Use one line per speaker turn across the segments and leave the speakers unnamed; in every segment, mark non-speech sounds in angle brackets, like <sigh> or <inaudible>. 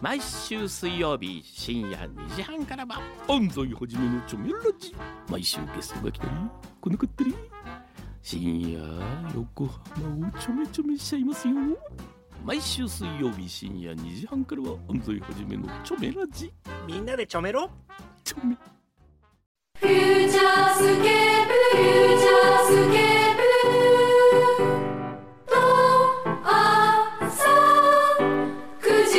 毎週水曜日深夜2時半からは安西はじめのチョメラジ毎週ゲストが来たり来なかったり深夜横浜をちょめちょめしちゃいますよ毎週水曜日深夜2時半からは安西はじめのチョメラジ
みんなでちょめろ
チョメ
フューチャースケープフューチャースケープと朝9時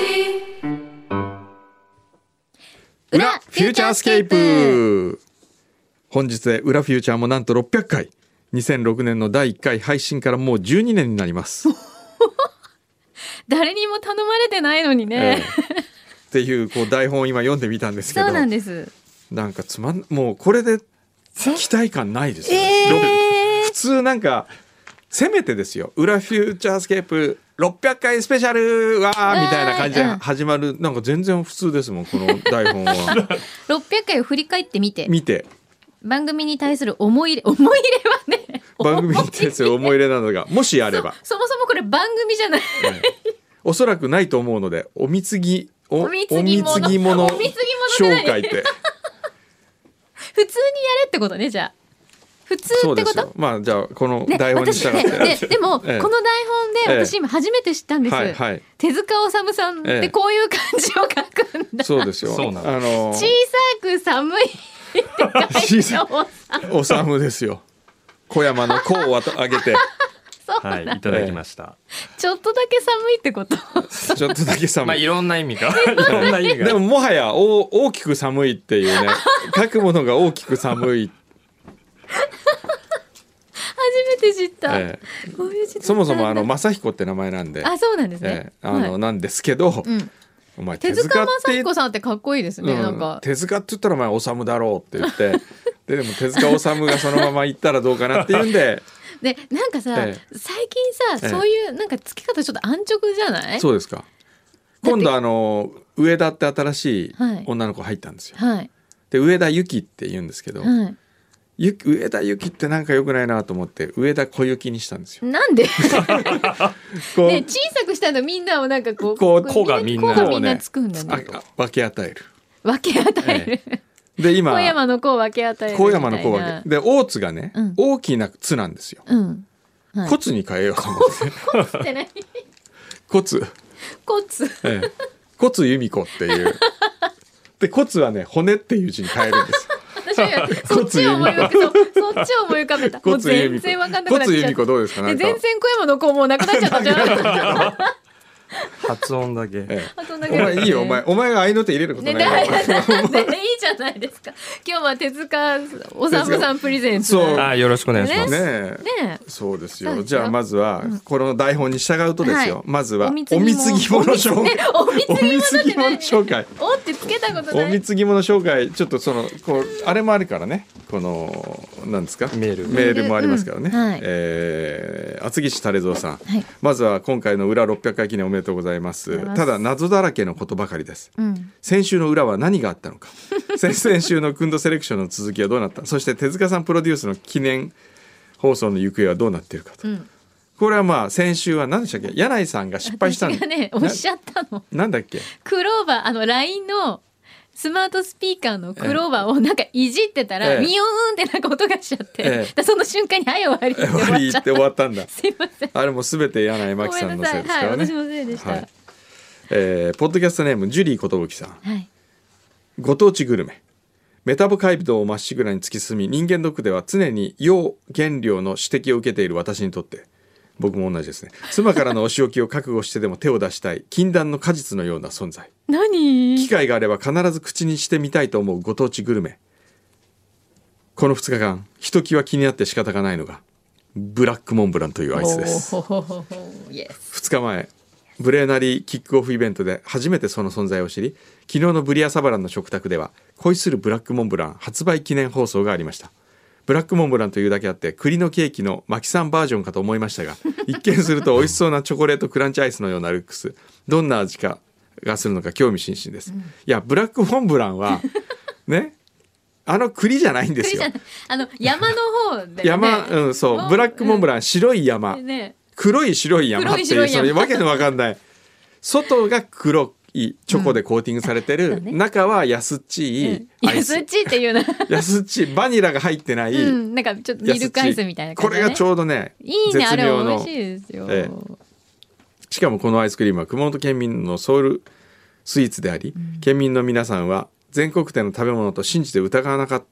裏フューチャースケープ本日で裏フューチャーもなんと600回2006年の第1回配信からもう12年にな
<laughs>
ります、
誰にも頼まれてないのに
ええ
ね、
っていうこう台本を今読んでみたんですけ
そ
ど
うなんです
なんかつまんもうこれで期待感ないですよね、
え
普通なんかせめてですよ「裏フューチャースケープ600回スペシャルわー」みたいな感じで
うん
始まるなんか全然普通ですもんこの台
<laughs>
本は
ー、600回を振り返ってみて
見て
番組に対する思い入れ思い入れはね
<laughs> 番組に対する思い入れなどがもしあれば
そもそもこれ番組じゃない <laughs>
おそらくないと思うのでお貢ぎお
お貢ぎ物
お貢ぎ物
お貢ぎ物
紹介って
普通にやれってことねじゃあ普通
そう
って
で
こ
す
と
よまあじゃあこの
ね、
台本に
私
従っ
ね
て、
ででも、
ええ
この台本で私今初めて知ったんです、
はいはい
手塚治虫さんっ
ええ
てこういう漢字を書くんだ、
そうですよ
そうなんです
あの
小さく寒いって書いておさ
おさむですよ小山の甲をあげて
<laughs> はい、いただきました。
ちょっとだけ寒いってこと
ちょっとだけ
まあ
寒
い
い、
ろんな意味が <laughs> いろんな意味が
でももはやお大きく寒いっていうね書くものが大きく寒い、
初めて知った、
ええ
こういう時代
そもそもあ
なんだ
の正彦って名前なんで
あそうなんです
ええ
ね、
あの、
はい
なんですけど、
うん、
お前
手塚正彦さんってかっこいいですね、
うん
なんか
手塚って言ったらお前修だろうって言って
<laughs>
ででも手塚治虫がそのまま行ったらどうかなっていう
<laughs>
んで
でなんかさ、
え
最近さ、
ええ
そういうなんか付き方ちょっと安直じゃない
そうですか今度あの上田って新しい
はい
女の子入ったんですよ、
はい
で上田由紀って言うんですけど、
はい
ゆき上田由紀ってなんか良くないなと思って上田小雪にしたんですよ
なんでね
こう、
小さくしたのみんなをなんかこう
こう
こ
こうがみんな
こうがみんなつくんだ
あ
ね
あ分け与える
分け与える、
で今
小山の子を分け与えるみたいな
小山の子分けで大津がね、
うん
大きな津なんですよ、
うんはい
コツに変えようと思
<laughs>
って
ってね
コツ
コツ
ええ、コツ由美子っていう。で、コツはね、骨っていう字に変えるんです。
私はそっちを思い浮かべそうそっちを思い浮かべた <laughs> も
コ
う
ツ由
全
美子
然わかん。なく
コ
なっ
ツ
ち
由
ゃっ
美子どうですか。
た
な
で
んか。
全然小山の子もうなくなっちゃったじゃん
発音だけ。
え
あと
え
なん
お
か
前いいよ、お前、お前が合いの手入れること
ね、
な
大
いよ。
変だね、いいじゃないですか。今日は手塚治虫さんプレゼンツ。
そう
あ、よろしくお願いしま
ね
す。
え。
ねえ、
そうです
そうです
よ。
よ
じゃあ、まずは、この台本に従うとですよ
は。い
まずは、お
お貢ぎ物
貢ぎ物紹介。
お水
お貢ぎ
ぎ物
物
って
紹介。
何？おってつけたこと
お
ない。
貢ぎ物紹介、ちょっとその、こう、あれもあるからね。この、なんですか。
メール
メールもありますからね。
うんはい
えー厚木市垂蔵さ
は
ん、
い
まずは今回の裏600回記念おめでとうございます
ありがとうございます
ただ謎だらけのことばかりです
うん、
先週の裏は何があっ
<laughs>
たのか先々週のくんどセレクションの続きはどうなったそして手塚さんプロデュースの記念放送の行方はどうなっているかと、
うん。
これはまあ先週は何でしたっけ柳井さんが失敗したん
私がね、おっしゃったの。
ななんだっけ
クローバー、あの LINE の。スマートスピーカーのクローバーをなんかいじってたら、
ええ
ミヨーンってなんか音がしちゃって、
ええ
だからその瞬間に「はい終わり」って
終
終
わ
わ
り
っち
っ
ゃ
て終
っ
わったんだ
たすいません
<laughs> あれも全て柳井真
<laughs>
紀
ご
さ
めん
んの
なさ
せい
い
で
は
すか
い
らね
私のせいでした、
は
はいい
えーポッドキャストネームジュリー寿さんご当地グルメメタボ街道をまっしぐらに突き進み人間ドックでは常に要原料の指摘を受けている私にとって僕も同じですね妻からのお仕置きを覚悟してでも手を出したい禁断の果実のような存在機
何
会があれば必ず口にしてみたいと思うご当地グルメこの2日間ひときわ気になって仕方がないのがブラックモンブランというアイスです
おーイエス
2日前ブレーナリーキックオフイベントで初めてその存在を知り昨日のブリアサバランの食卓では恋するブラックモンブラン発売記念放送がありましたブラックモンブランというだけあって栗のケーキのマキさんバージョンかと思いま <laughs> したが一見すると美味しそうなチョコレートクランチアイスのようなルックスどんな味かがするのか興味津々です、いやブラックモンブラン <laughs> はねあの栗じゃないんです
栗じゃ
よ
ないあ <laughs> の山の方で、ね、
山、うんそうブラックモンブラン、白い山、
ね
黒い白い山ってい
黒
う
い白い山
それわけのわかんない外が黒いいチョコでコーティングされてる、
うん
中は安っちいアイス、
安っちいっていうな、
安っちいバニラが入ってない、
うん、なんかちょっとミルクアイスみたいな
こ
感じ、
れ
ね、
がちょうどね
いいねあ
絶
れ
妙
美
の
味しいですよ、
えしかもこのアイスクリームは熊本県民のソウルスイーツであり、県民の皆さんは全国での食べ物と信じて疑わなかっ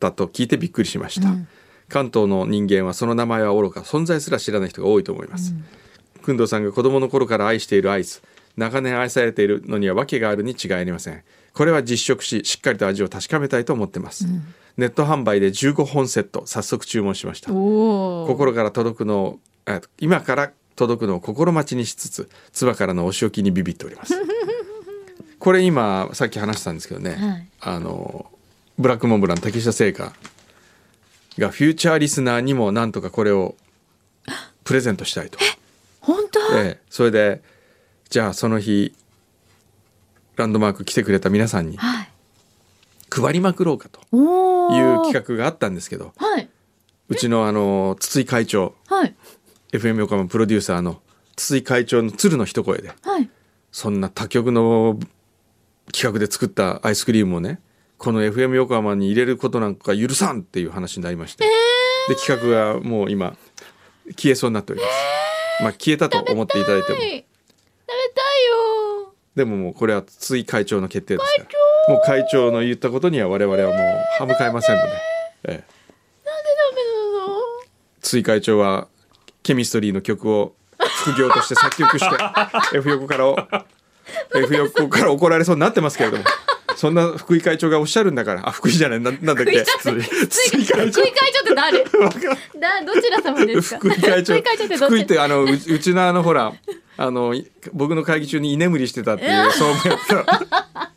たと聞いてびっくりしました、関東の人間はその名前はおろか存在すら知らない人が多いと思います、工藤さんが子供の頃から愛しているアイス長年愛されているのには訳があるに違いありませんこれは実食ししっかりと味を確かめたいと思ってます、ネット販売で15本セット早速注文しました
おお
心から届くのをあ今から届くのを心待ちにしつつ唾からのお仕置きにビビってお
<laughs>
りますこれ今さっき話したんですけどね、
はい
あのブラックモンブラン竹下製菓がフューチャーリスナーにもなんとかこれをプレゼントしたいと、
本当、
ええそれでじゃあその日ランドマーク来てくれた皆さんに
はい
配りまくろうかと
おお
いう企画があったんですけど
はいう
ちのあの筒井会長
はい
FM 横浜プロデューサーの筒井会長の鶴の一声で
はい
そんな他局の企画で作ったアイスクリームをねこの FM 横浜に入れることなんか許さんっていう話になりまして、で企画がもう今消えそうになっております、まあ消えたと思っていただいても
食べたいよ
でももうこれは筒井会長の決定ですからもう会長の言ったことには我々はもう歯向かいませんので、ええ、
ダメなの
筒井会長はケミストリーの曲を副業として作曲して
<laughs>
F 横からを F 横から怒られそうになってますけれどもそんな福井会長がおっしゃるんだからあ福井じゃないななんだっけ筒井筒井会
福
長
井会長って誰だどちら様ですか
福井会長
福井会長ってどっち
福井ってあのううちのあのほらあのい僕の会議中に居眠りしてたっていうそう思った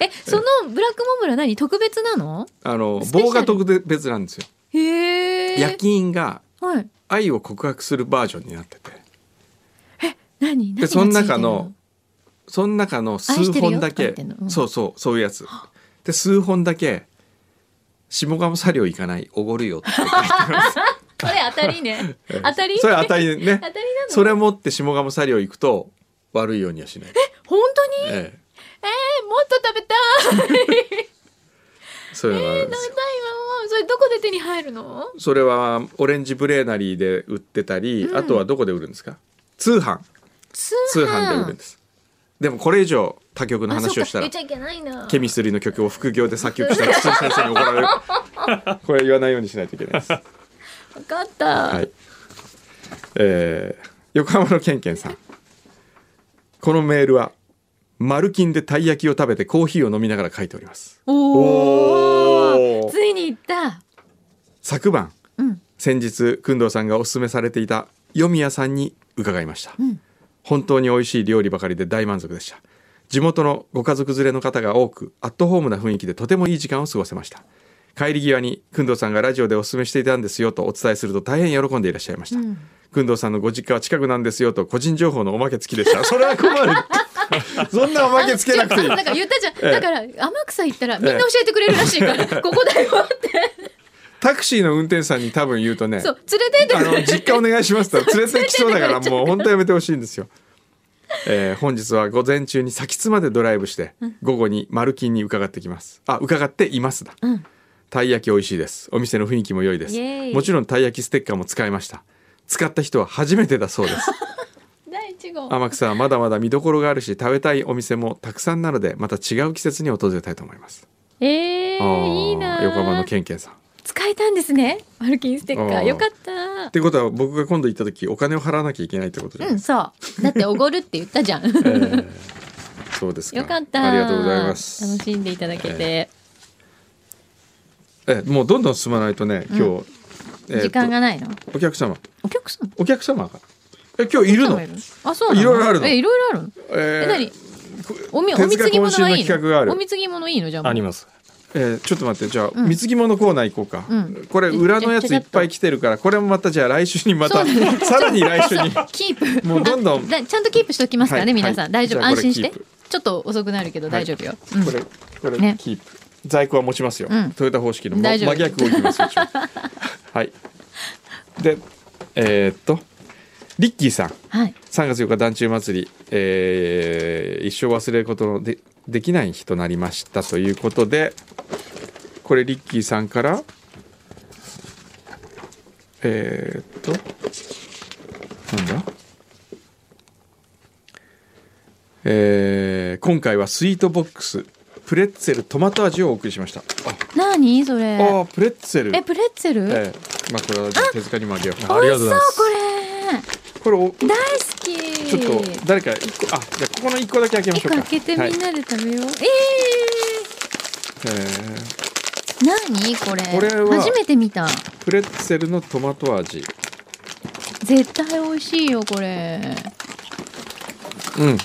えそのブラックモンブラン何特別なの
あ
<laughs>
の
スペシャル
棒が特別なんですよ
へえ
夜勤が
はい
愛を告白するバージョンになってて
何何
で
が
その
つい
中
てる
のその中の数本だ
愛し
け
てるようん
そうそうそういうやつで数本だけ「下鴨茶寮行かないおごるよ」って書いてある
これ当たり
<laughs>
ね当たり
それ当たりね
当たりなの
それ持って下鴨茶寮行くと悪いようにはしない、
本当にえ
ええ、
ーもっと食べたい食べたい
そういうのがあるんですよ、
わそれどこで手に入るの
それはオレンジブレーナリーで売ってたり、あとはどこで売るんですか通販
通
通販で売るんですでもこれ以上他局の
あ
話
そう
を
か
したら
言っちゃいけないな
ケミストリーの曲を副業で作曲した筒井先生に怒られる
<laughs>
これ言わないようにしないといけないです
分かった、
はい。えー横浜のケンケンさん。このメールは、マルキンでたい焼きを食べてコーヒーを飲みながら書いております。
お
おー
おついに行った
昨晩、
うん
先日、くんどうさんがおすすめされていたよみやさんに伺いました。
ん
本当に美味しい料理ばかりで大満足でした。地元のご家族連れの方が多く、アットホームな雰囲気でとてもいい時間を過ごせました。帰り際に、くんどうさんがラジオでおすすめしていたんですよとお伝えすると大変喜んでいらっしゃいました。工藤さんのご実家は近くなんですよと個人情報のおまけ付きでした。それは
<laughs>
困る。そんなおまけつけなくていい
あ。なんか言ったじゃん、
え
だから天草行ったらみんな教えてくれるらしいから、
<laughs>
ここだよって
タクシーの運転手さんに多分言うとね、
そう連れてっ
あ
てく
の
れる
実家お願いしますと
<laughs>
連れてきそうだからもう本当やめてほしいんですよ。えー本日は午前中に先津までドライブして午後に丸金に伺ってきますあ伺っていますだ、
ん
たい焼き美味しいですお店の雰囲気も良いで
イエー
す
イ
もちろんたい焼きステッカーも使いました使った人は初めてだそうです
<laughs> 第一号
天草はまだまだ見どころがあるし食べたいお店もたくさんなのでまた違う季節に訪れたいと思います、
え
あー
ー、いいなー
横浜のけんけんさん
使えたんですねマルキンステッカ
あ
ー
ー
よかった
ってことは僕が今度行った時お金を払わなきゃいけないってことじゃな
う
い
ん
です
そうだっておごるって言ったじゃんよ
か、えーそう
<laughs>
ですか
かった
ありがとうございます
楽しんでいただけて、
えもうどんどん進まないとね今日、えーと
時間がないの
お客様
お客さん
お客様がえ今日いるの
お客様あそうなの
いろいろあるの
えいろいろあるのえ
えー
何おみ
手
お
塚
貢ぎ
今週
物
の
はいい
企画がある
のお貢ぎ物いいのじゃあもう
あります。
えーちょっと待ってじゃあ、
ん
貢ぎ物コーナー行こうか、
うん
これ裏のやついっぱい来てるからこれもまたじゃあ来週にまた、 <laughs> さらに来週に
キープ
もうどんどん
あ <laughs> だちゃんとキープしておきますからね、
はい
皆さん大丈
じ
夫
ゃあこ
安心
れ
して
キープ
ちょっと遅くなるけど大丈夫よ、
これこれ、
ね
キープ在庫は持ちますよ、
うん
トヨタ方式のも真
大丈夫 <laughs>
逆をいきますよはいでえーっとリッキーさん
はい。
3月4日団中祭り、えー一生忘れることのでできない日となりましたということでこれリッキーさんからえーっとなんだえー今回はスイートボックスプレッツェルトマト味をお送りしましたあ
何それ。
あープレッツェル
え、プレッツェル。
ええまあこれは手塚にもあげよう
ありがとうございます
そうこ
これお
れ。大好き。
ちょっと誰か一個あじゃあここの一個だけ開けまし
一
ょ
個
うか
開けて
は
み
い
んなで食べよう。え
えー
え何これ。
これは
初めて見た。
プレッツェルのトマト味
絶対美味しいよこれ。
うん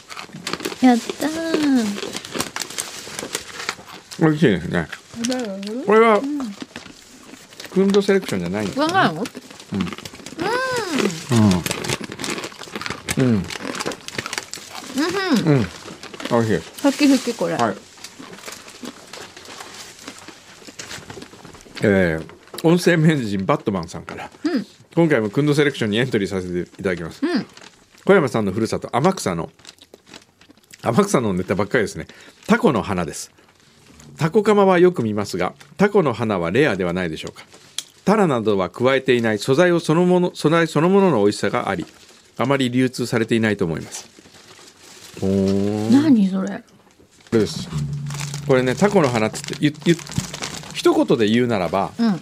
やったー。
美味しいですねこれはクンドセレクションじゃないんだ
わからんの？
うん
うんうん。
うん美味しい
ふきふきこれ。
はいえー、音声名人バットマンさんから、今回もクンドセレクションにエントリーさせていただきます、
うん
小山さんのふるさと天草の天草のネタばっかりですねタコの花ですタコカマはよく見ますがタコの花はレアではないでしょうかタラなどは加えていない素材をそのもの素材そのものの美味しさがありあまり流通されていないと思いますおー
何それ？
これですこれねタコの花って言って言っ一言で言うならば
うん。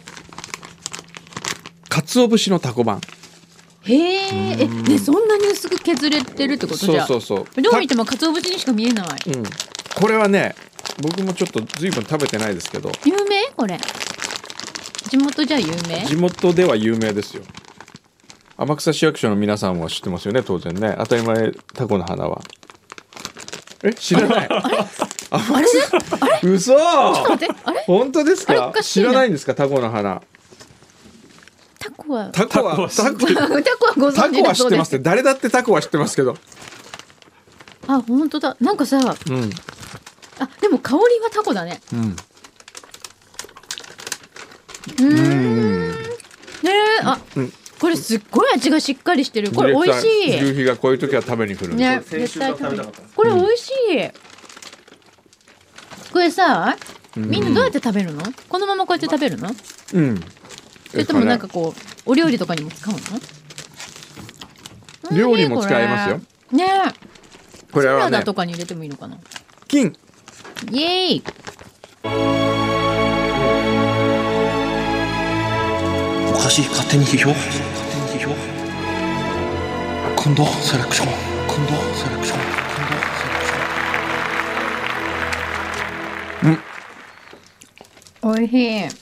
鰹節のタコ版
へえ。え、でそんなに薄く削れてるってこと
そ
じ
う
ゃあ。
そうそう
どう見ても鰹節にしか見えない。
うん、これはね僕もちょっと随分食べてないですけど
有名これ。地元じゃ有名？
地元では有名ですよ天草市役所の皆さんは知ってますよね当然ね当たり前タコの花はえ知らない
あれ？
嘘
待ってあれ？
本当です
あれ
か
おかしい
知
な
らないんですかタコの花
タコは。
タコはタコ
<laughs> タコはご
タ
存
コ
知
は
だ
知
そ
っ
う
て
で
ます
す
ね。誰だってタコは知ってますけど
あ、本当だ。なんかさ、あ、
うん
でも香りはタコだね。
うん
うー。
うん
ね
ん
え、あ
うん、
これすっごい味がしっかりしてる。これ美味
ディレクター
し
夕日がこういう時は食べに来る
い。
んです
ね、絶対食べた。これ美味しい。これさ、みんなどうやって食べるの？このままこうやって食べるの？
うん
それともなんかこうお料理とかにも使うの？うん
料理も使えますよ。
これねえ、
これ
サラ
は
ダ
ね
とかに入れてもいいのかな？
金
イエーイ。
おかしい勝手に批評勝手に批評今度セレクション今度セレクション今度セレクション
美味しい。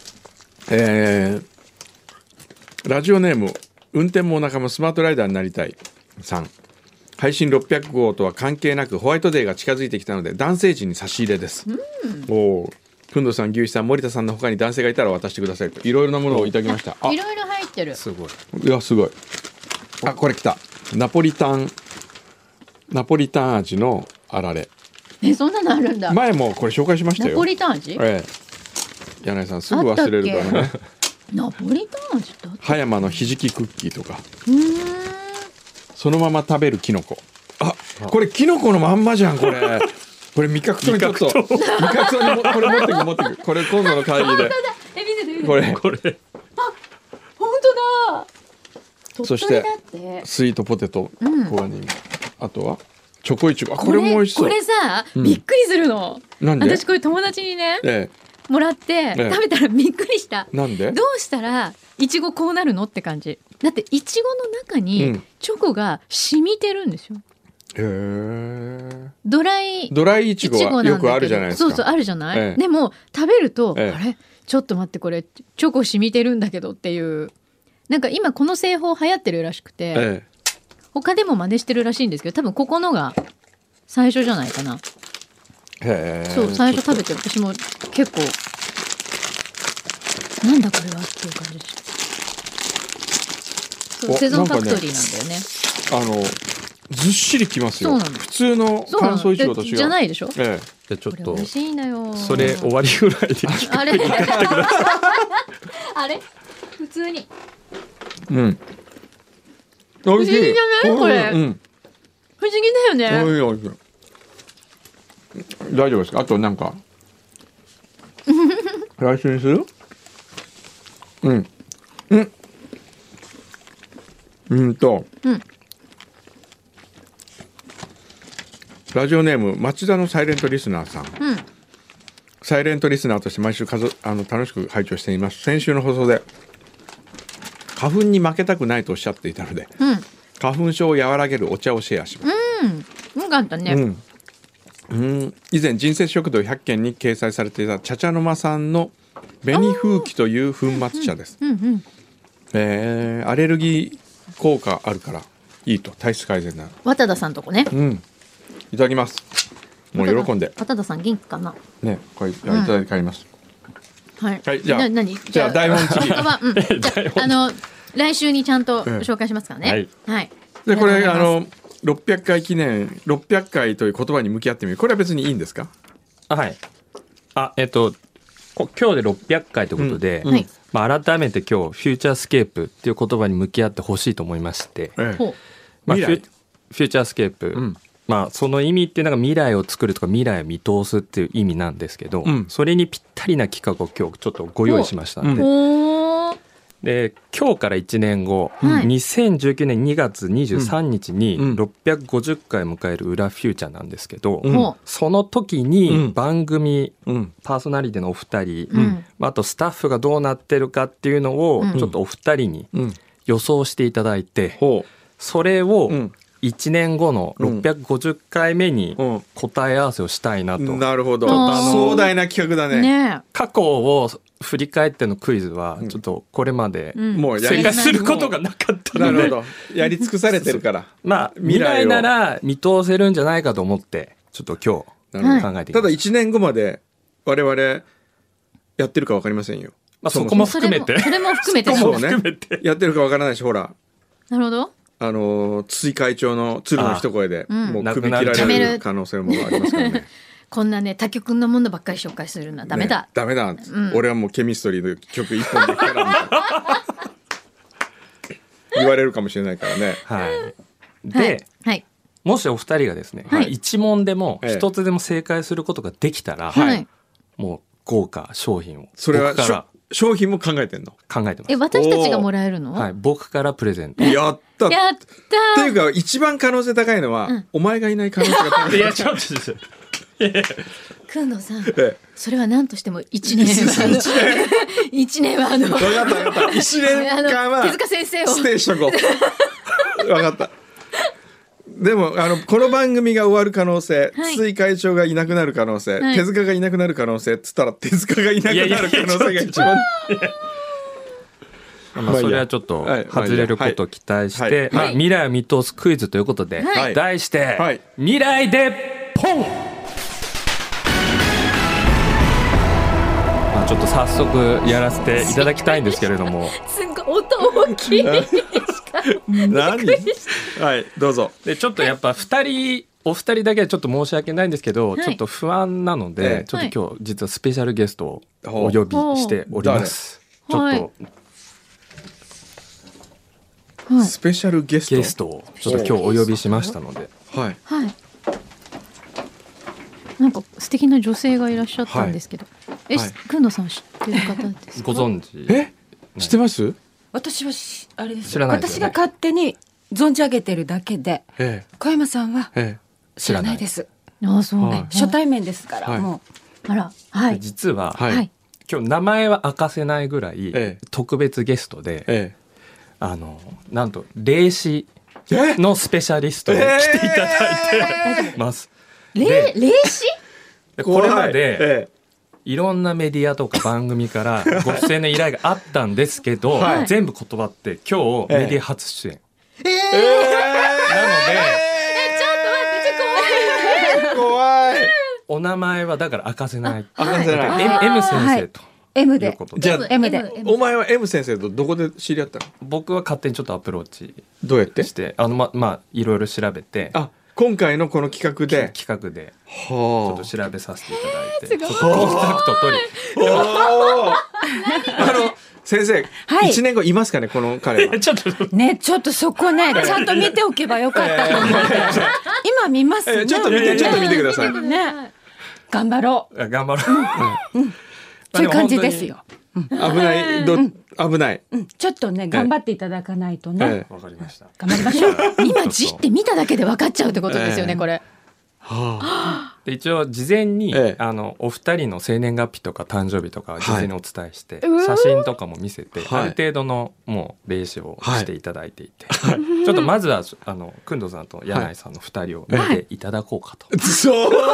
えーラジオネーム運転もお腹もスマートライダーになりたいさん配信600号とは関係なくホワイトデーが近づいてきたので男性陣に差し入れです、おおくんどさん牛一さん森田さんの他に男性がいたら渡してくださいといろいろなものをいただきましたあ
いろいろ入ってる。
すごい。
いやすごいあこれ来たナポリタンナポリタン味のあられ
え、そんなのあるんだ。
前もこれ紹介しました
ナ
よ
ポリタン味？
ええ、柳井さんすぐ忘れるから
あ <laughs>
ね
ナポリタン味だ。う
葉山のひじきクッキーとか
ーん。
そのまま食べるキノコあこれキノコのまんまじゃんこ <laughs> れこれ味覚糖にちょっと味覚糖にもこれ持ってく持ってくこれ今度の会
<laughs>
議で
え、見てて見てて。
これ
これ。
本当だ。鳥
そ
取
して
だって。
スイートポテト、
うん
ここにあとはチョコイチゴあこれも美味しそう
これさ、
ん
びっくりするの。
なんで
私これ友達にね、
え
もらって、
え
食べたらびっくりした。
え、なんで
どうしたらいちごこうなるのって感じ。だっていちごの中
う
に
ん
チョコが染みてるんですよ。
へえ
ドライ
ドライイチ
い
ゴ
ちごな
は
んだけど
よくあるじゃないですか
そうそうあるじゃない、
ええ
でも食べると、
ええ
あれちょっと待ってこれチョコ染みてるんだけどっていうなんか今この製法流行ってるらしくて、
え
他でも真似してるらしいんですけど多分ここのが最初じゃないかな、
えへえ
そう最初食べ
ち
て私も結構なんだこれはっていう感じでしたそう
お
セゾンフ
な
ァ
ん
ク
かね
トリーなんだよね
ょっとあのずっしりきます
そ
よ
うなの
普通の
そうな
乾
の
燥イチゴと
で
違う
じゃないでしょこ
え
じゃあちょっ
れ
と
美味しいのよ
それ終わりぐらいで。
あれあれ普通に
えうん美味し
不思議じ
い。
ゃないこれ
うん。
不思議だよね。
美味しい美味しい。大丈夫ですか。あとな
<laughs>
んか。来週にする？うん。うん。うんと。
うん
ラジオネーム町田のサイレントリスナーさん。
うん。
サイレントリスナーとして毎週数あの楽しく拝聴しています先週の放送で花粉に負けたくないとおっしゃっていたので
う
花粉症を和らげるお茶をシェアします、
ん。よかったね。
うんうん以前人生食堂100件に掲載されていた茶々の間さんの紅風紀という粉末茶です、
うんうん。
えーアレルギー効果あるからいいと体質改善な
渡田さんとこね。
うんいただきますもう喜んで
渡田渡田さん元気かな。
ねこれいやいただいて帰ります、
はい。
はいじゃあ
な何
じゃあ台本次
あまあうんじゃああの来週にちゃんと
ええ
紹介しますから
は
ね
い。
はい。
でこ
り
れ
が
あ
とうございます
の600回記念600回という言葉に向き合ってみるこれは別にいいんですか
あはい。あ、えっと、こ今日で600回ということで、
うん
はい
まあ、改めて今日、フューチャースケープっていう言葉に向き合ってほしいと思いまして、
え
ほ
まあ、フ
未来
ューフューチャースケープ、
ん
まあ、その意味っていうのが未来を作るとか未来を見通すっていう意味なんですけど、
うん
それにぴったりな企画を今日ちょっとご用意しましたん
う
で,、
う。ほー
で今日から1年後、
はい
2019年2月23日に
うん
650回迎える裏フューチャーなんですけど、
うん
ほ
その時
う
に
ん
番組
えうん
パーソナリティのお二人、
う。うん。
まあ、あとスタッフがどうなってるかっていうのを
うん
ちょっとお二人に
うん
予想していただいて、
ほ
それを
う、うん
1年後の
うん
650回目に
う
答え合わせをしたいなと、
ん、なるほど
ちょっとあの
壮大な企画だね
ね
過去を振り返ってのクイズは
ん
ちょっとこれまで
え。うん
もうや
正
り
解することがなかった
な
の
る
で、
ほどやり尽くされてるから
まあ
未
未
来を
来なら見通せるんじゃないかと思ってちょっと今
なる
日
ほ
考えて
ど
きました
ただ、1年後まで我々やってるか分かりませんよ
まあ、そこ
も
も
それ
含め
も
て
それも含めて
そ
な
も
ん
そ
だ
もね
含めて
やってるか分からないしほら
なるほど。
あのー筒井会長の鶴の一声で
あーうん
もう首切られる可能性もありますからね
こんなね他局のものばっかり紹介するのはダメ
ね
だ。
ダメだ、
ん
俺はもうケミストリーの曲一本でいくからみたいな言われるかもしれないからね
はいで、
はい。はい。
もしお二人がですね、
はい
一問でも
ええ
一つでも正解することができたら、
はい。
もう豪華商品を
それは
僕から
しょ商品も考えてんの
考えてま
え
す
私たちがもらえるの？
はい僕からプレゼント
やったっ
やってた
い
ー。
うか一番可能性高いのは、
うん
お前がいない可能性が高い
いやちょっとちょっと
くんどうさん。
え
それは何としても一年はあの <laughs> 一年はあの。
えわか
<laughs>
ったわかった一年
あ
間
の
は
手塚先生を
ステイしとこ
<laughs>
うわかったでもあのこの番組が終わる可能性、
はい
筒井会長がいなくなる可能性、
はい
手塚がいなくなる可能性っつったら手塚がいなくなる可能性が一番
まあ、それはちょっと
はいまあいいや
外れることを期待し
はいはい
て、まあ、未来を見通すクイズということで、
はい
題して、
はい
未来でポンまあ、ちょっと早速やらせていただきたいんですけれども
すごい音大きい。
何はいどうぞ
<laughs> でちょっとやっぱ2人お二人だけはちょっと申し訳ないんですけど、
はい
ちょっと不安なので、
ええ
ちょっと今日実はスペシャルゲストを
ほう
お呼びしております。ちょ
ほう
っと
はい
スペシャルゲスト
ゲストをちょっと今日お呼びしましたので、
はい
はい。なんか素敵な女性がいらっしゃったんですけど、え、
はい
くんどうさん知ってる方ですか？
ご存知
え知ってます
私はしあれです
知らないです
私
よね
が勝手に存じ上げてるだけで
え
小山さんは
ええ
知らないです
あ、そう。
はい
初。対面ですから、
はい
も
あら、は
で
い。
実は、
は
はいい。
今日名前は明かせないぐら
え
い
え
特別ゲストで、
え
あのなんと霊視
ええ
のスペシャリストに来ていただいてます。
霊
で
霊 <laughs> 視？
でこれまで、
え
いろんなメディアとか番組
<laughs>
からご出演の依頼があったんですけど、
はい
全部断って今日
ええ
メディア初出演、
えなので怖い
お名前はだから明かせない
あかんせない
い
M, M 先生と
う M
いう
で
こと
じ
で
ゃあ
M で
M
お前は M 先生とどこで知り合ったの
僕は勝手にちょっとアプローチ
どうやって
してあのままあいろいろ調べて
あ今回のこの企画で
企画でちょっ
は
と調べさせていただいて
すごい
コンタクト取り
おお。あの先生、
はい
一年後いますかねこの彼 <laughs> は。
ちょっと
ね、ちょっとそこね、ちゃんと見ておけばよかったと思って。今見ます
え
ね。
ーちょっと見てちょっと見てください。
ね。頑張ろう。
あ頑張ろう。
そういう感じですよ。
危ないど危ない。
うん、ちょっとね、頑張っていただかないとね。
ええ
まあ。本当にわかりました。
頑張りましょ
<laughs>
う。
今じって見ただけで分かっちゃうってことですよね、
ええ
これ。
は
で一応事前に、
ええ
あのお二人の生年月日とか誕生日とかは事前にお伝えして、
うわー
写真とかも見せて、
はい
ある程度のもう練習をしていただいていて、 <laughs> ちょっとまずはあのくんどさんと柳井さんの二人を見ていただこうかと
あ。そう。
思っ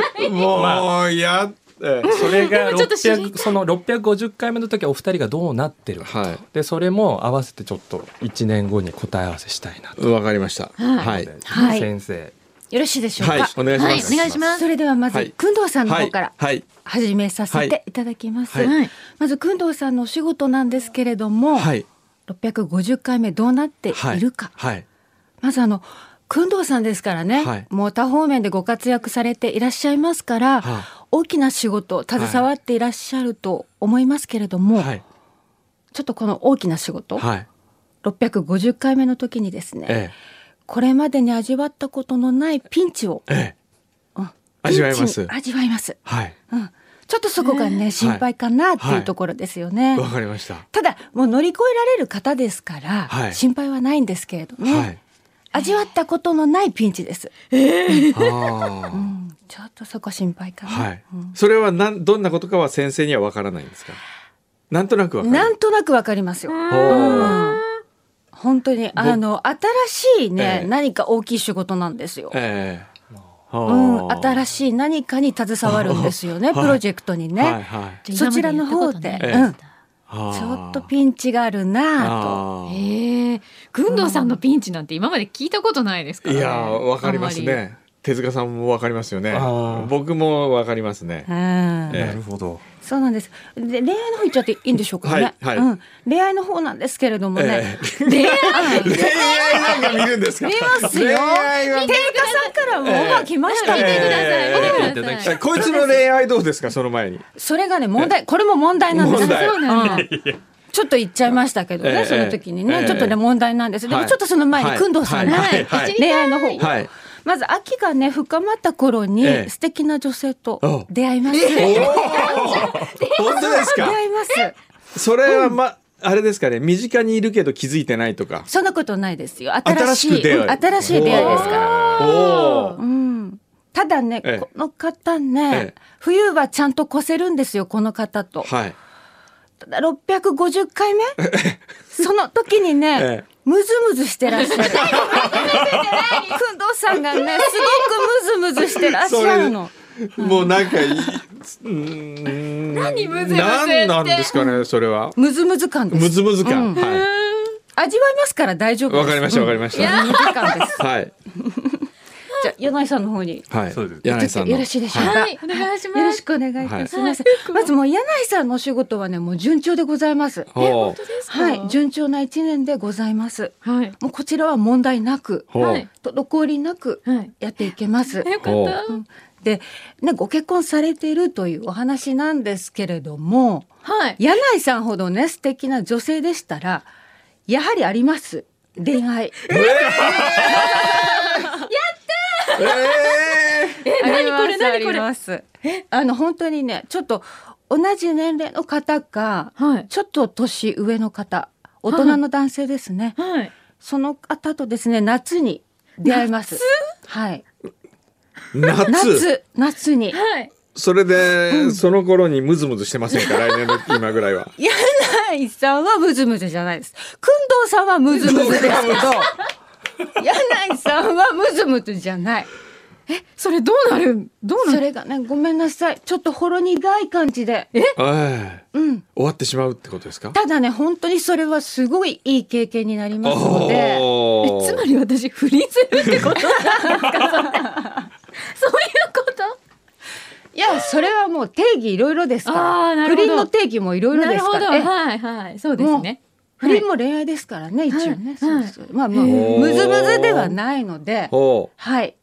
て、
もうや。ええ
それが
ちょっと知りた
600その650回目の時はお二人がどうなってるかと、
は
でそれも合わせてちょっと1年後に答え合わせしたいなと
い。わかりました。は
思うの
い
で、。
はい
先生
よろしいでしょうか。
はい。お願いし
は
ま
い、
す。
お願いします。
それではま
は
ず、
い
くんどうさんの
は
方
い
から
はい
始めさせていただきます。
はいは
はい
まず、くんどうさんのお仕事なんですけれども、
はい
650回目どうなっているか。
はい
まずあの工藤さんですからね、
はい
もう多方面でご活躍されていらっしゃいますから、
はい
大きな仕事携わっていらっしゃると思いますけれども、
はい
ちょっとこの大きな仕事、
はい。
650回目の時にですね、
え
これまでに味わったことのないピンチを、
えええ
うん
味わいます
ピンチ味わいます、
はい。
うん、ちょっとそこがね、心配かなっていうところですよね、
わかりました。
ただもう乗り越えられる方ですから、
はい
心配はないんですけれどね、
はい。
味わったことのないピンチです
あ
う
あ。
んちょっとそこ心配かな。
はい
うん。
それはなんどんなことかは先生にはわからないんですか。なんとなくわかる。
なんとなくわかりますよ。
ほう
うん本当にあの新しいね、
ええ
何か大きい仕事なんですよ。
ええ。
うん、新
し
しい何かに携わるんですよね、
はい
プロジェクトにね、
はいはい。
じゃあ今まやったことない
そち
らの
方でちょっとピンチがあるなぁと
あー
ええ、くんどうさんのピンチなんて今まで聞いたことないですから
い
ね。
やーわかりますね。手塚さんもわかりますよね
あー。
僕もわかりますね
<laughs> う。ん
ええ
なるほど、
そうなんですで恋愛の方いっちゃっていいんでしょうかね、
はいはい
うん、恋愛の方なんですけれどもね、
え
恋愛
恋愛なんか見るんですか。
見ますよ
恋愛は
天下さんからもオファー来ました
見
ね、
てくだ
ええ
さい。見てく
ええ
だ
え
さい。
こいつの恋愛どうですかその前
<laughs>
に。
それがね問題これも問題なんです
問題そう
なんだ
うんちょっと言っちゃいましたけどね、
ええ
その時にね、
ええ
ちょっとね問題なんです、で
は
も
い
ちょっとその前に
はい
工藤さんの、
はいはい
恋愛の方を、
はい
まず秋がね深まった頃に、
ええ
素敵な女性と
お
出会います、
本当です
出
か。
会います
それはま、あれですかね身近にいるけど気づいてないとか
そんなことないですよ新し
新しく
い
出会う
うん新しい出会いですから、
お
う
お
ん、ただね、
ええ
この方ね
ええ、
冬はちゃんと越せるんですよこの方と、
はい
ただ650回目その時にね、
ええ
ムズムズしてらっしゃる。くんどうさんがね、すごくムズムズしてらっしゃるの。
もうなんかいうーん何
ムズムズって
何なんですかねそれは
ムズムズ感です。
ムズムズ感、
うん
は
味わいますから大丈夫
い
で
わ
す。
かりましたわかり
ま
まし
いや
た、
ムズムズ感です。
はい
じゃあ、柳井さんの方に。
はい
そうです
柳井さんの
よろしいでしょうか。
は
よ
い、お願いしま
ろ
す
し。くお願いいたします。
はい
まずもう柳井さんのお仕事はね、もう順調でございます。
ほう
はい、順調な一年でございます。
はい。
もうこちらは問題なく、
ほう、
はい
滞りなく
はい。
やっていけます。
よかった。
で、ね、ご結婚されているというお話なんですけれども
はい。
柳井さんほどね素敵な女性でしたらやはりあります恋愛
え
あります
これ何これ
ありますあの本当にねちょっと同じ年齢の方か
はい。
ちょっと年上の方大人の男性ですね、
はい。
その方とですね夏に出会いますはい
ー夏
夏夏に
はい。
それで、その頃にムズムズしてま
<laughs>
せんか来年の今ぐらいは
柳井さんはムズムズじゃないです。くんどうさんはムズムズ <laughs> ですけど、柳井さんはムズムズじゃない。
それどうなるどう
そ
なる
れがね、ごめんなさい。ちょっとほろ苦い感じで。
ええ
うん。
終わってしまうってことですか
ただね、本当にそれはすごいいい経験になりますので、
おー
つまり私、不倫するってことなんですか <laughs> それそういうこと
いや、それはもう定義いろいろです
あ
か
ー
ら。
な
不
るほど
倫の定義もいろいろ
な
で
る
す
ほ
か
ど。
ら。え
はい。はい。そうですね。
不倫も恋愛ですからね、一応
は
ね。
い
そうそうまあまあ、
へー
ムズムズではないので、
ほう
はい。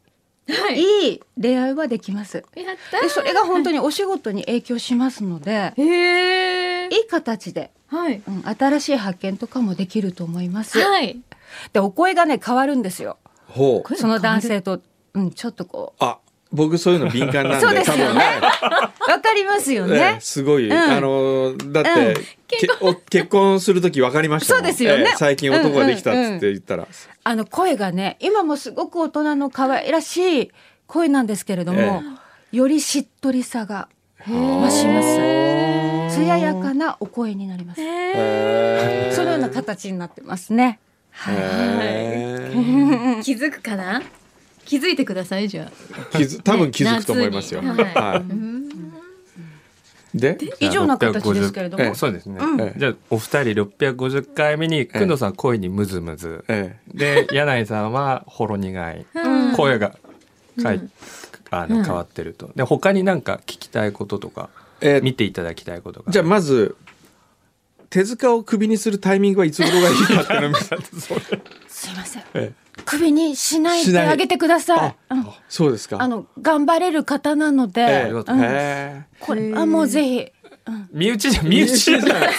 はい
いい恋愛はできます。
やった
で
ー
それが本当にお仕事に影響しますので、
へえ
いい形で、
はい
うん、新しい発見とかもできると思います。
はい
でお声がね変わるんですよ。
ほう。
その男性と、うん、ちょっとこ
あ、僕そういうの敏感なんで、
そうですよね
多分ね
うわかりますよ
え
ね
え。すごい、
うん
あのだって、
うん
けお結婚する時分かりましたもん
そうですよね
ええ最近男ができたっつって言ったら、
あの声がね今もすごく大人の可愛らしい声なんですけれども、
え
よりしっとりさが増します。艶やかなお声になります。そのような形になってますね。
へ
気づくかな気づいてくださいじゃあ
え気づ多分気づくと思いますよ、
夏にはい
は
うん
い、で
以上な形ですけれども
ええそうですね、
うん
じゃあお二人650回目に工藤さん恋にムズムズ、
え
で柳井さんはほろ苦い
うん
声がかい、
うん
あの変わってるとで他になんか聞きたいこととか
ええ
見ていただきたいことが
じゃあまず手塚をクビにするタイミングはいつ頃がいいかっていうのを見た
すいません。
ええ
首にしない
し
で
ない
あげてください。うん
そうですか
あの頑張れる方なので、
ええ
よか
うん
え
これはもうぜひ。
身内じゃ身内じゃない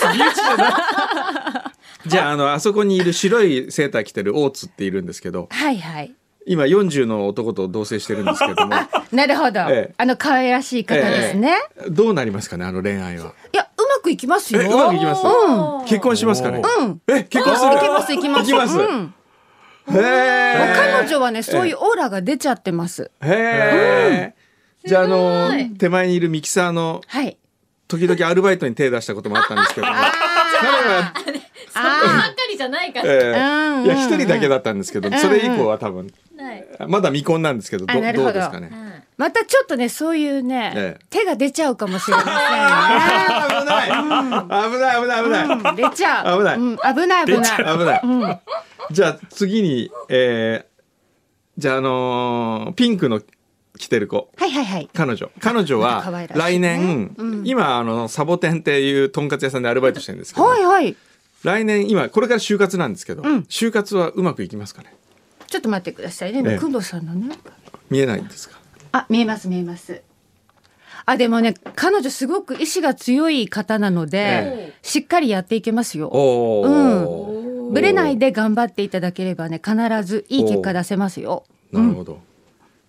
えじゃああのあそこにいる白いセーター着てる大津っているんですけど
はいはい。
今40の男と同棲してるんですけ
<laughs>
ども
なるほど。
ええ
あの可愛らしい方ですね。
どうなりますかねあの恋愛はい
や、うまくいきますよ。
えうまくいきます
うん。
結婚しますかね
うん。
え結婚する
いきます、いきます。
いきます
うん。
へえ
彼女はね、そういうオーラが出ちゃってます。
へえじゃああの手前にいるミキサーの
はい。
時々アルバイトに手出したこともあったんです
<laughs>
けども彼は
そんなばっかりじゃないか
え
ら、
えいや
うん
一人だけだったんですけどそれ以降は多分
ない
まだ未婚なんですけどど
あなるほ
ど
ど
うですかね
はい
またちょっとね、そういうね、
ええ
手が出ちゃうかもしれませんね。
あー危ない危ない危ない危ない
うん出ちゃう。
危ない
うん、危ない、危ない。
危ない。じゃあ次に、えーじゃあ、あのーピンクの着てる子。
はいはいはい。
彼女彼女
また可愛
は
らしいね
来年、今あのサボテンっていうとんかつ屋さんでアルバイトしてるんですけど、
はいはい。
来年今これから就活なんですけど、
ん
就活はうまくいきますかね
ちょっと待ってくださいね。
ええ
今、くんどさんのね。
見えないんですか
あ、見えます、見えます。あ、でもね、彼女すごく意志が強い方なので、
え
しっかりやっていけますよ。
おお、
ぶれないで頑張っていただければね必ずいい結果出せますよ。
なるほど、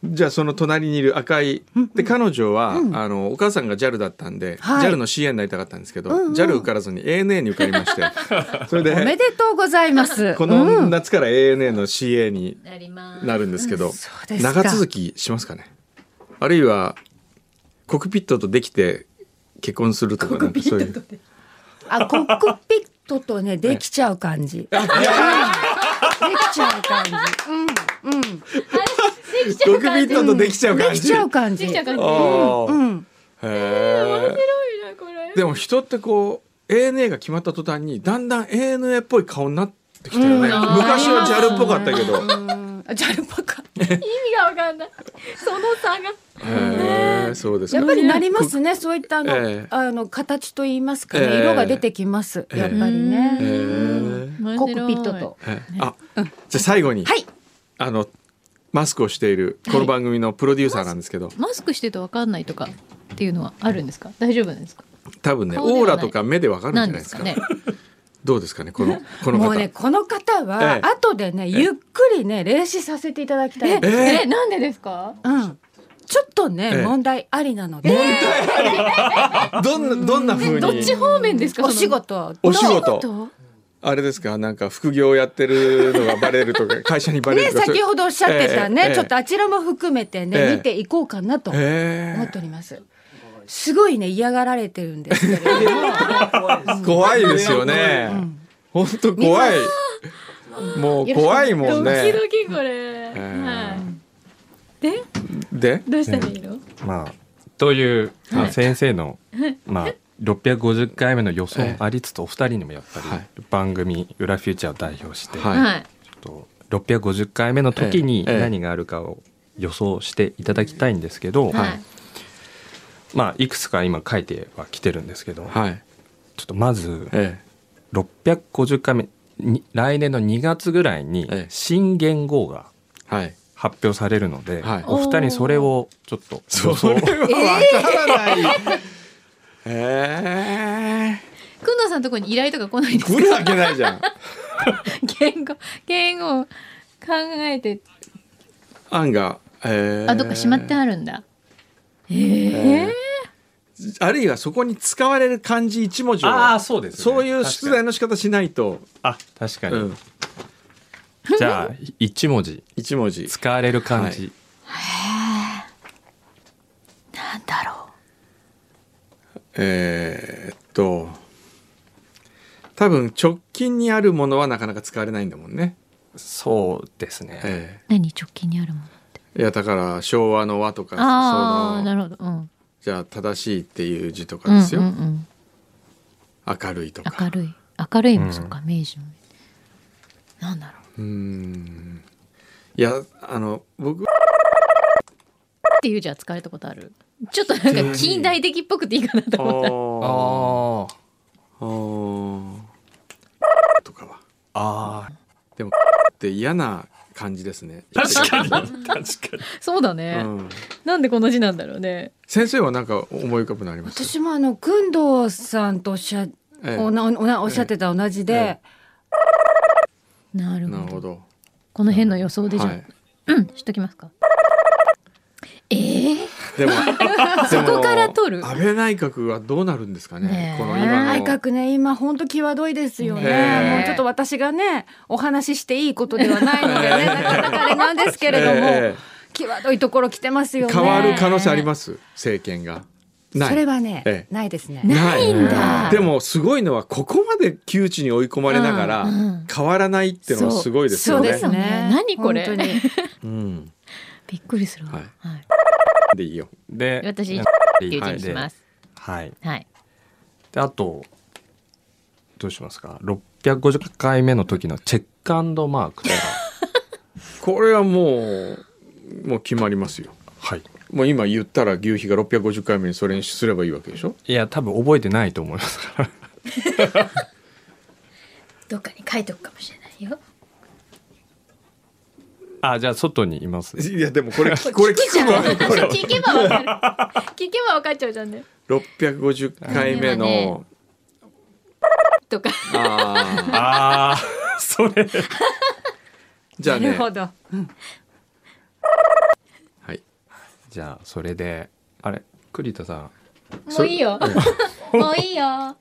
じゃあその隣にいる赤い、で彼女は、あのお母さんが JAL だったんで、
はい
JAL の CA になりたかったんですけど、JAL 受からずに ANA に受かりま
<laughs>
してそれで
おめでとうございます。
こ
う
の
ん
夏から ANA の CA に
なります
なるんですけど、
そうですか
長続きしますかねあるいはコクピットとできて結婚するとかなんかそういう
あコックピット
<laughs>
とねできちゃう感じ。できちゃう感じ。
できちゃ
コ
う
クピ
感
ッ
じ
トとできちゃう
で
感
き
じ
ちゃう感じ。
できちゃう感じ
ああ
うん。
へえ
面白いなこれ
でも人ってこう ANA が決まった途端にだんだん ANA っぽい顔になってきたよね、昔は JAL っぽかったけど、
ジャルパカ。
意味がわかんないその差が
へえそうです
やっ
か
ぱりなりますね。そういったあの、
ええ
あの形と言いますかね、
ええ
色が出てきます。やっぱり
へ
ね。
え
コックピットと。
えあ、じゃあ最後に、
はい
あのマスクをしているこの番組のプロデューサーなんですけど、
マスクしてるとわかんないとかっていうのはあるんですか大丈夫なんですか
多分ねオ
顔ではない
ーラとか目でわかるんじ
な
ゃない
ん
で
ですす
か
かね
どうですかねこのこの
も
方、
うねこの方は
ええ
後でね、ゆっくりね霊視させていただきたい。
え、
え
えなんでですか
うん、ちょっとね、
ええ
問題ありなので、
どんなどんな風
どっち
に
方面ですか
お仕
その
事
お仕事
と
あれですかなんか副業やってるのがバレるとか会社にバレ
ね
るとか、
先ほどおっしゃってたね、
ええ
ちょっとあちらも含めてね、
ええ
見ていこうかなと思
ええ
っております。すごいね嫌がられてるんですけれ
<laughs>
ども
怖いですよね、本当怖いもう怖いもん
ドキ
ね
ドキこれ、はいで
で
どうしたらいいの、
まあという、まあ、先生の、まあ、650回目の予想もありつつお二人にもやっぱ
はい
り番組「裏フューチャー」を代表して、
はい
はい
と650回目の時に
ええええ
何があるかを予想していただきたいんですけど、
はい
まあ、いくつか今書いては来てるんですけど、
はい
ちょっとまず
え
650回目に来年の2月ぐらいに
ええ
新元号が
えはい
発表されるので、
はい
お二人それをちょっと予想
わからない。 <laughs> え
くんどうさんのところに依頼とか来ないんで
え
す
来
か
るわけないじゃん。
言語言語を考えて
案が、えー
あどっかしまってあるんだええ
あるいはそこに使われる漢字一文字を
ああそうですね、
そういう出題
の
の仕方しないと、
あ確かに、
うん、
じゃあ一文字
一文字
使われる漢字、
なんだろ
えーっと多分直近にあるものはなかなか使われないんだもんね、
そうですね、
え
う何直近にあるもの
えいやだから昭和の和とか
ああ
そ
な
の
るほどうん
じゃあ正しいっていう字と
う
か
ん
で
う
すよ、
んうん
明るいと
明
か
るい明るいも
うん
そっか明治のなんだろう
うーんいやあの僕
<laughs> っていうじゃ使われたことあるちょっとなんか近代的っぽくていいかなと思った
あ
あーとかは
あ
でもって嫌な感じですね
確かに
う
確かに
そうだね、
ん
なんでこの字なんだろうね
先生はなんか思い浮かぶのあります
私もあの軍藤さんとおっしゃ
ええ
おなおなおっしゃってた同じで、
え
なるほど
なるほど
この辺の予想でじゃあ、
はい
うんしときますかええ
でも
<laughs> そこから取る
でも安倍内閣はどうなるんですかね
ねえ
この今の
内閣ね今本当際どいですよね、
ねえ
もうちょっと私がねお話ししていいことではないのでね、なかなかあれなんですけれども、
え
際どいところ来てますよ
え
ね
変わる可能性あります政権がない
それはね、
ええ
ないですね
ない
んだ
でもすごいのはここまで窮地に追い込まれながら
うんうん
変わらないっていうのはすごいですよ
そう
ね
ですね
何これ
本当に
うん
びっくりするわ
はい
はい、
でいいよ
で
私
で
っていう字にします
はい
はい
であとどうしますか650回目の時のチェックマークとか
これはもうもう決まりますよ
はい
もう今言ったら牛皮が650回目にそれにすればいいわけでしょ
いや多分覚えてないと思いますから
どっかに書いておくかもしれないよ
あじゃあ外にいます
いやでもこれこれ
聞く
聞
じゃん
くわこれ
聞けばわかる聞けばわかっちゃうじゃんね
650回目
これは
の
とか
あー
<laughs> ああそれ
じゃあ
な
ね
るほど
はい
じゃあそれであれ栗田さん
もういいよもういいよ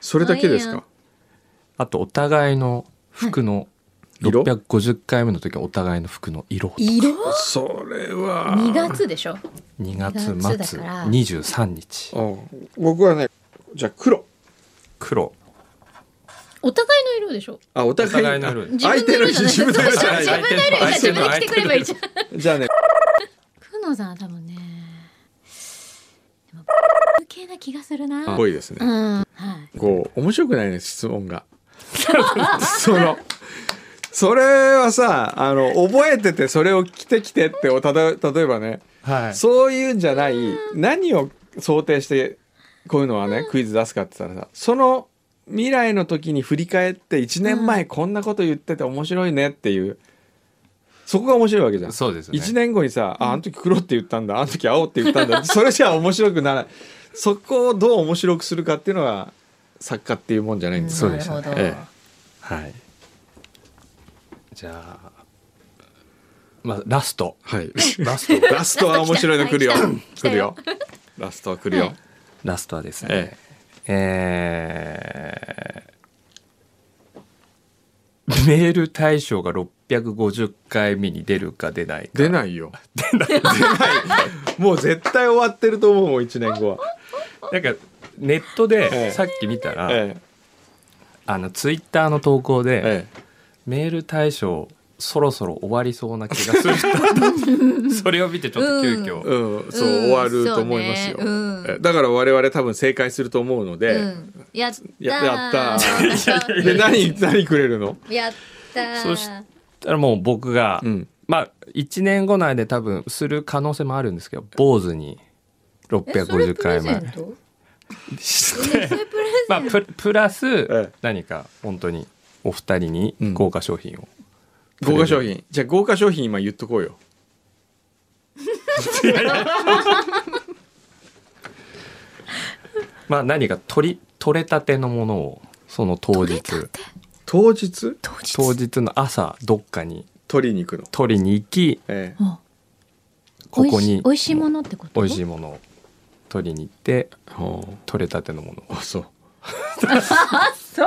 それだけですか
あとお互いの服の
色
650回目の時はお互いの服の色
色
それは
2月でしょ
2月末
2月だから
23日
うん僕はねじゃあ黒
黒
お互いの色でしょ
あお
お
互い
互いの色
自分の色じゃない
相手の自分の色じ
そう
ゃない
そう自分の色じゃない自分で着てくればいいじゃん
じゃあね
久野さんは多分ねでも系な気がするな
濃いですね、
うんはい
こう面白くないね質
<laughs>
問がそのそれはさあの覚えててそれを着てきてっておただ例えばね、
はい
そういうんじゃない何を想定してこういうのはねクイズ出すかって言ったらさその未来の時に振り返って1年前こんなこと言ってて面白いねっていうそこが面白いわけじゃん。
そうですね
1年後にさ「ああの時黒って言ったんだあの時青って言ったんだ」それじゃ面白くな <laughs> らないそこをどう面白くするかっていうのが作家っていうもんじゃないんです
そう
よ
でした
な
ね
るほど
え
はいじゃあまあラス
<laughs>
ト
えはい、
ラスト
ラストは面白いの来るよ
来
来
た
る
よ
よラストは来るよ、
はい
ラストはですね、
え
えーメール対象が650回目に出るか出ないか
出ないよ出ない出ないもう絶対終わってると思うもん1年後は、
なんかネット
ええ
でさっき見たら、
ええ
あのツイッターの投稿で、
ええ
メール対象そろそろ終わりそうな気がする
<laughs>
それを見てちょっと急遽、
うん、そう、
うん
終わると思いますよ、
そうねうん
えだから我々多分正解すると思うので、
うんやったー
ややったーで何何くれるの、
やったー
そしたらもう僕が、
うん、
まあ1年後内で多分する可能性もあるんですけど坊主に
えそれ
650
プレ
回
ゼ
前
ント
して、
それプレゼン
まあ、ププラス
え
何か本当にお二人に
うん
豪華商品を
豪華商品じゃあ豪華商品今言っとこうよ
まあ何か取り取れたてのものをその当日
当日
当日
当日の朝どっかに
取りに行くの、
取りに行き
え
あ
こ
美
こ
味し
に
美味しいものってこと
美味しいものを取りに行って
え、ほ
取れたてのもの
うあそう
そう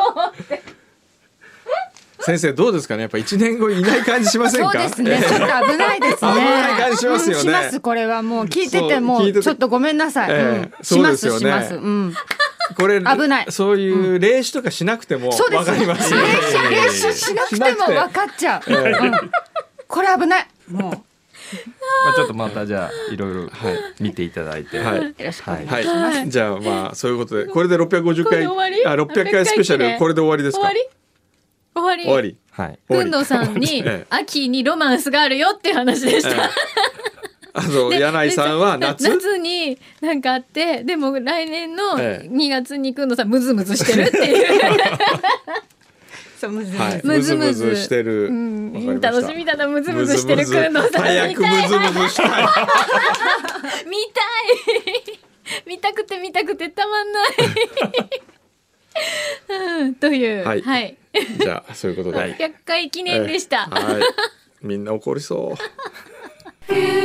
先生どうですかねやっぱ一年後いない感じしません
そう
か
ですね。ちょっと危ないですね。
危ない感じしますよね
うんします。これはもう聞いて
そう
ても
聞いうてて
ちょっとごめんなさい。
ええ
うんし
そう
ま
です
す
よね
します。うん。
これ
危ない
そういう霊視とかしなくても
そうです。
わかりますよ
練習練習しなくて
しなく
も
て
分かっちゃう。うんこれ危ない。もう
まあ、
よ
ちょっとまたじゃあいろいろ見ていただいて、
はい
ろしくお願いします。
はい、じゃあまあそういうことでこれで650
これで
回
終わり
あ600回スペシャルこれで終わりですか
終わり終わり
終わり
はい、
終わ
く
り
んどうさんに
ええ
秋にロマンスがあるよっていう話でした。
あの
で
柳井さんは夏
夏に何かあってでも来年の
ええ
2月にくんどうさんムズムズしてるって
<laughs>
いう、
そうむずむず
はいム
ム
ズ
ズ
ム
ムズ
ズしてる、
うん、楽しみ
だ
だなムズムズしてるくんどうさん
早
見
くム
たい
ズムズしたい
見たい <laughs> 見たくて見たくてたまんない、 <laughs> うん、という
は
はいい、
じゃあそういうことで、
600回記念でした、
はいみんな怒りそう
フューチャースケープフューチャースケープ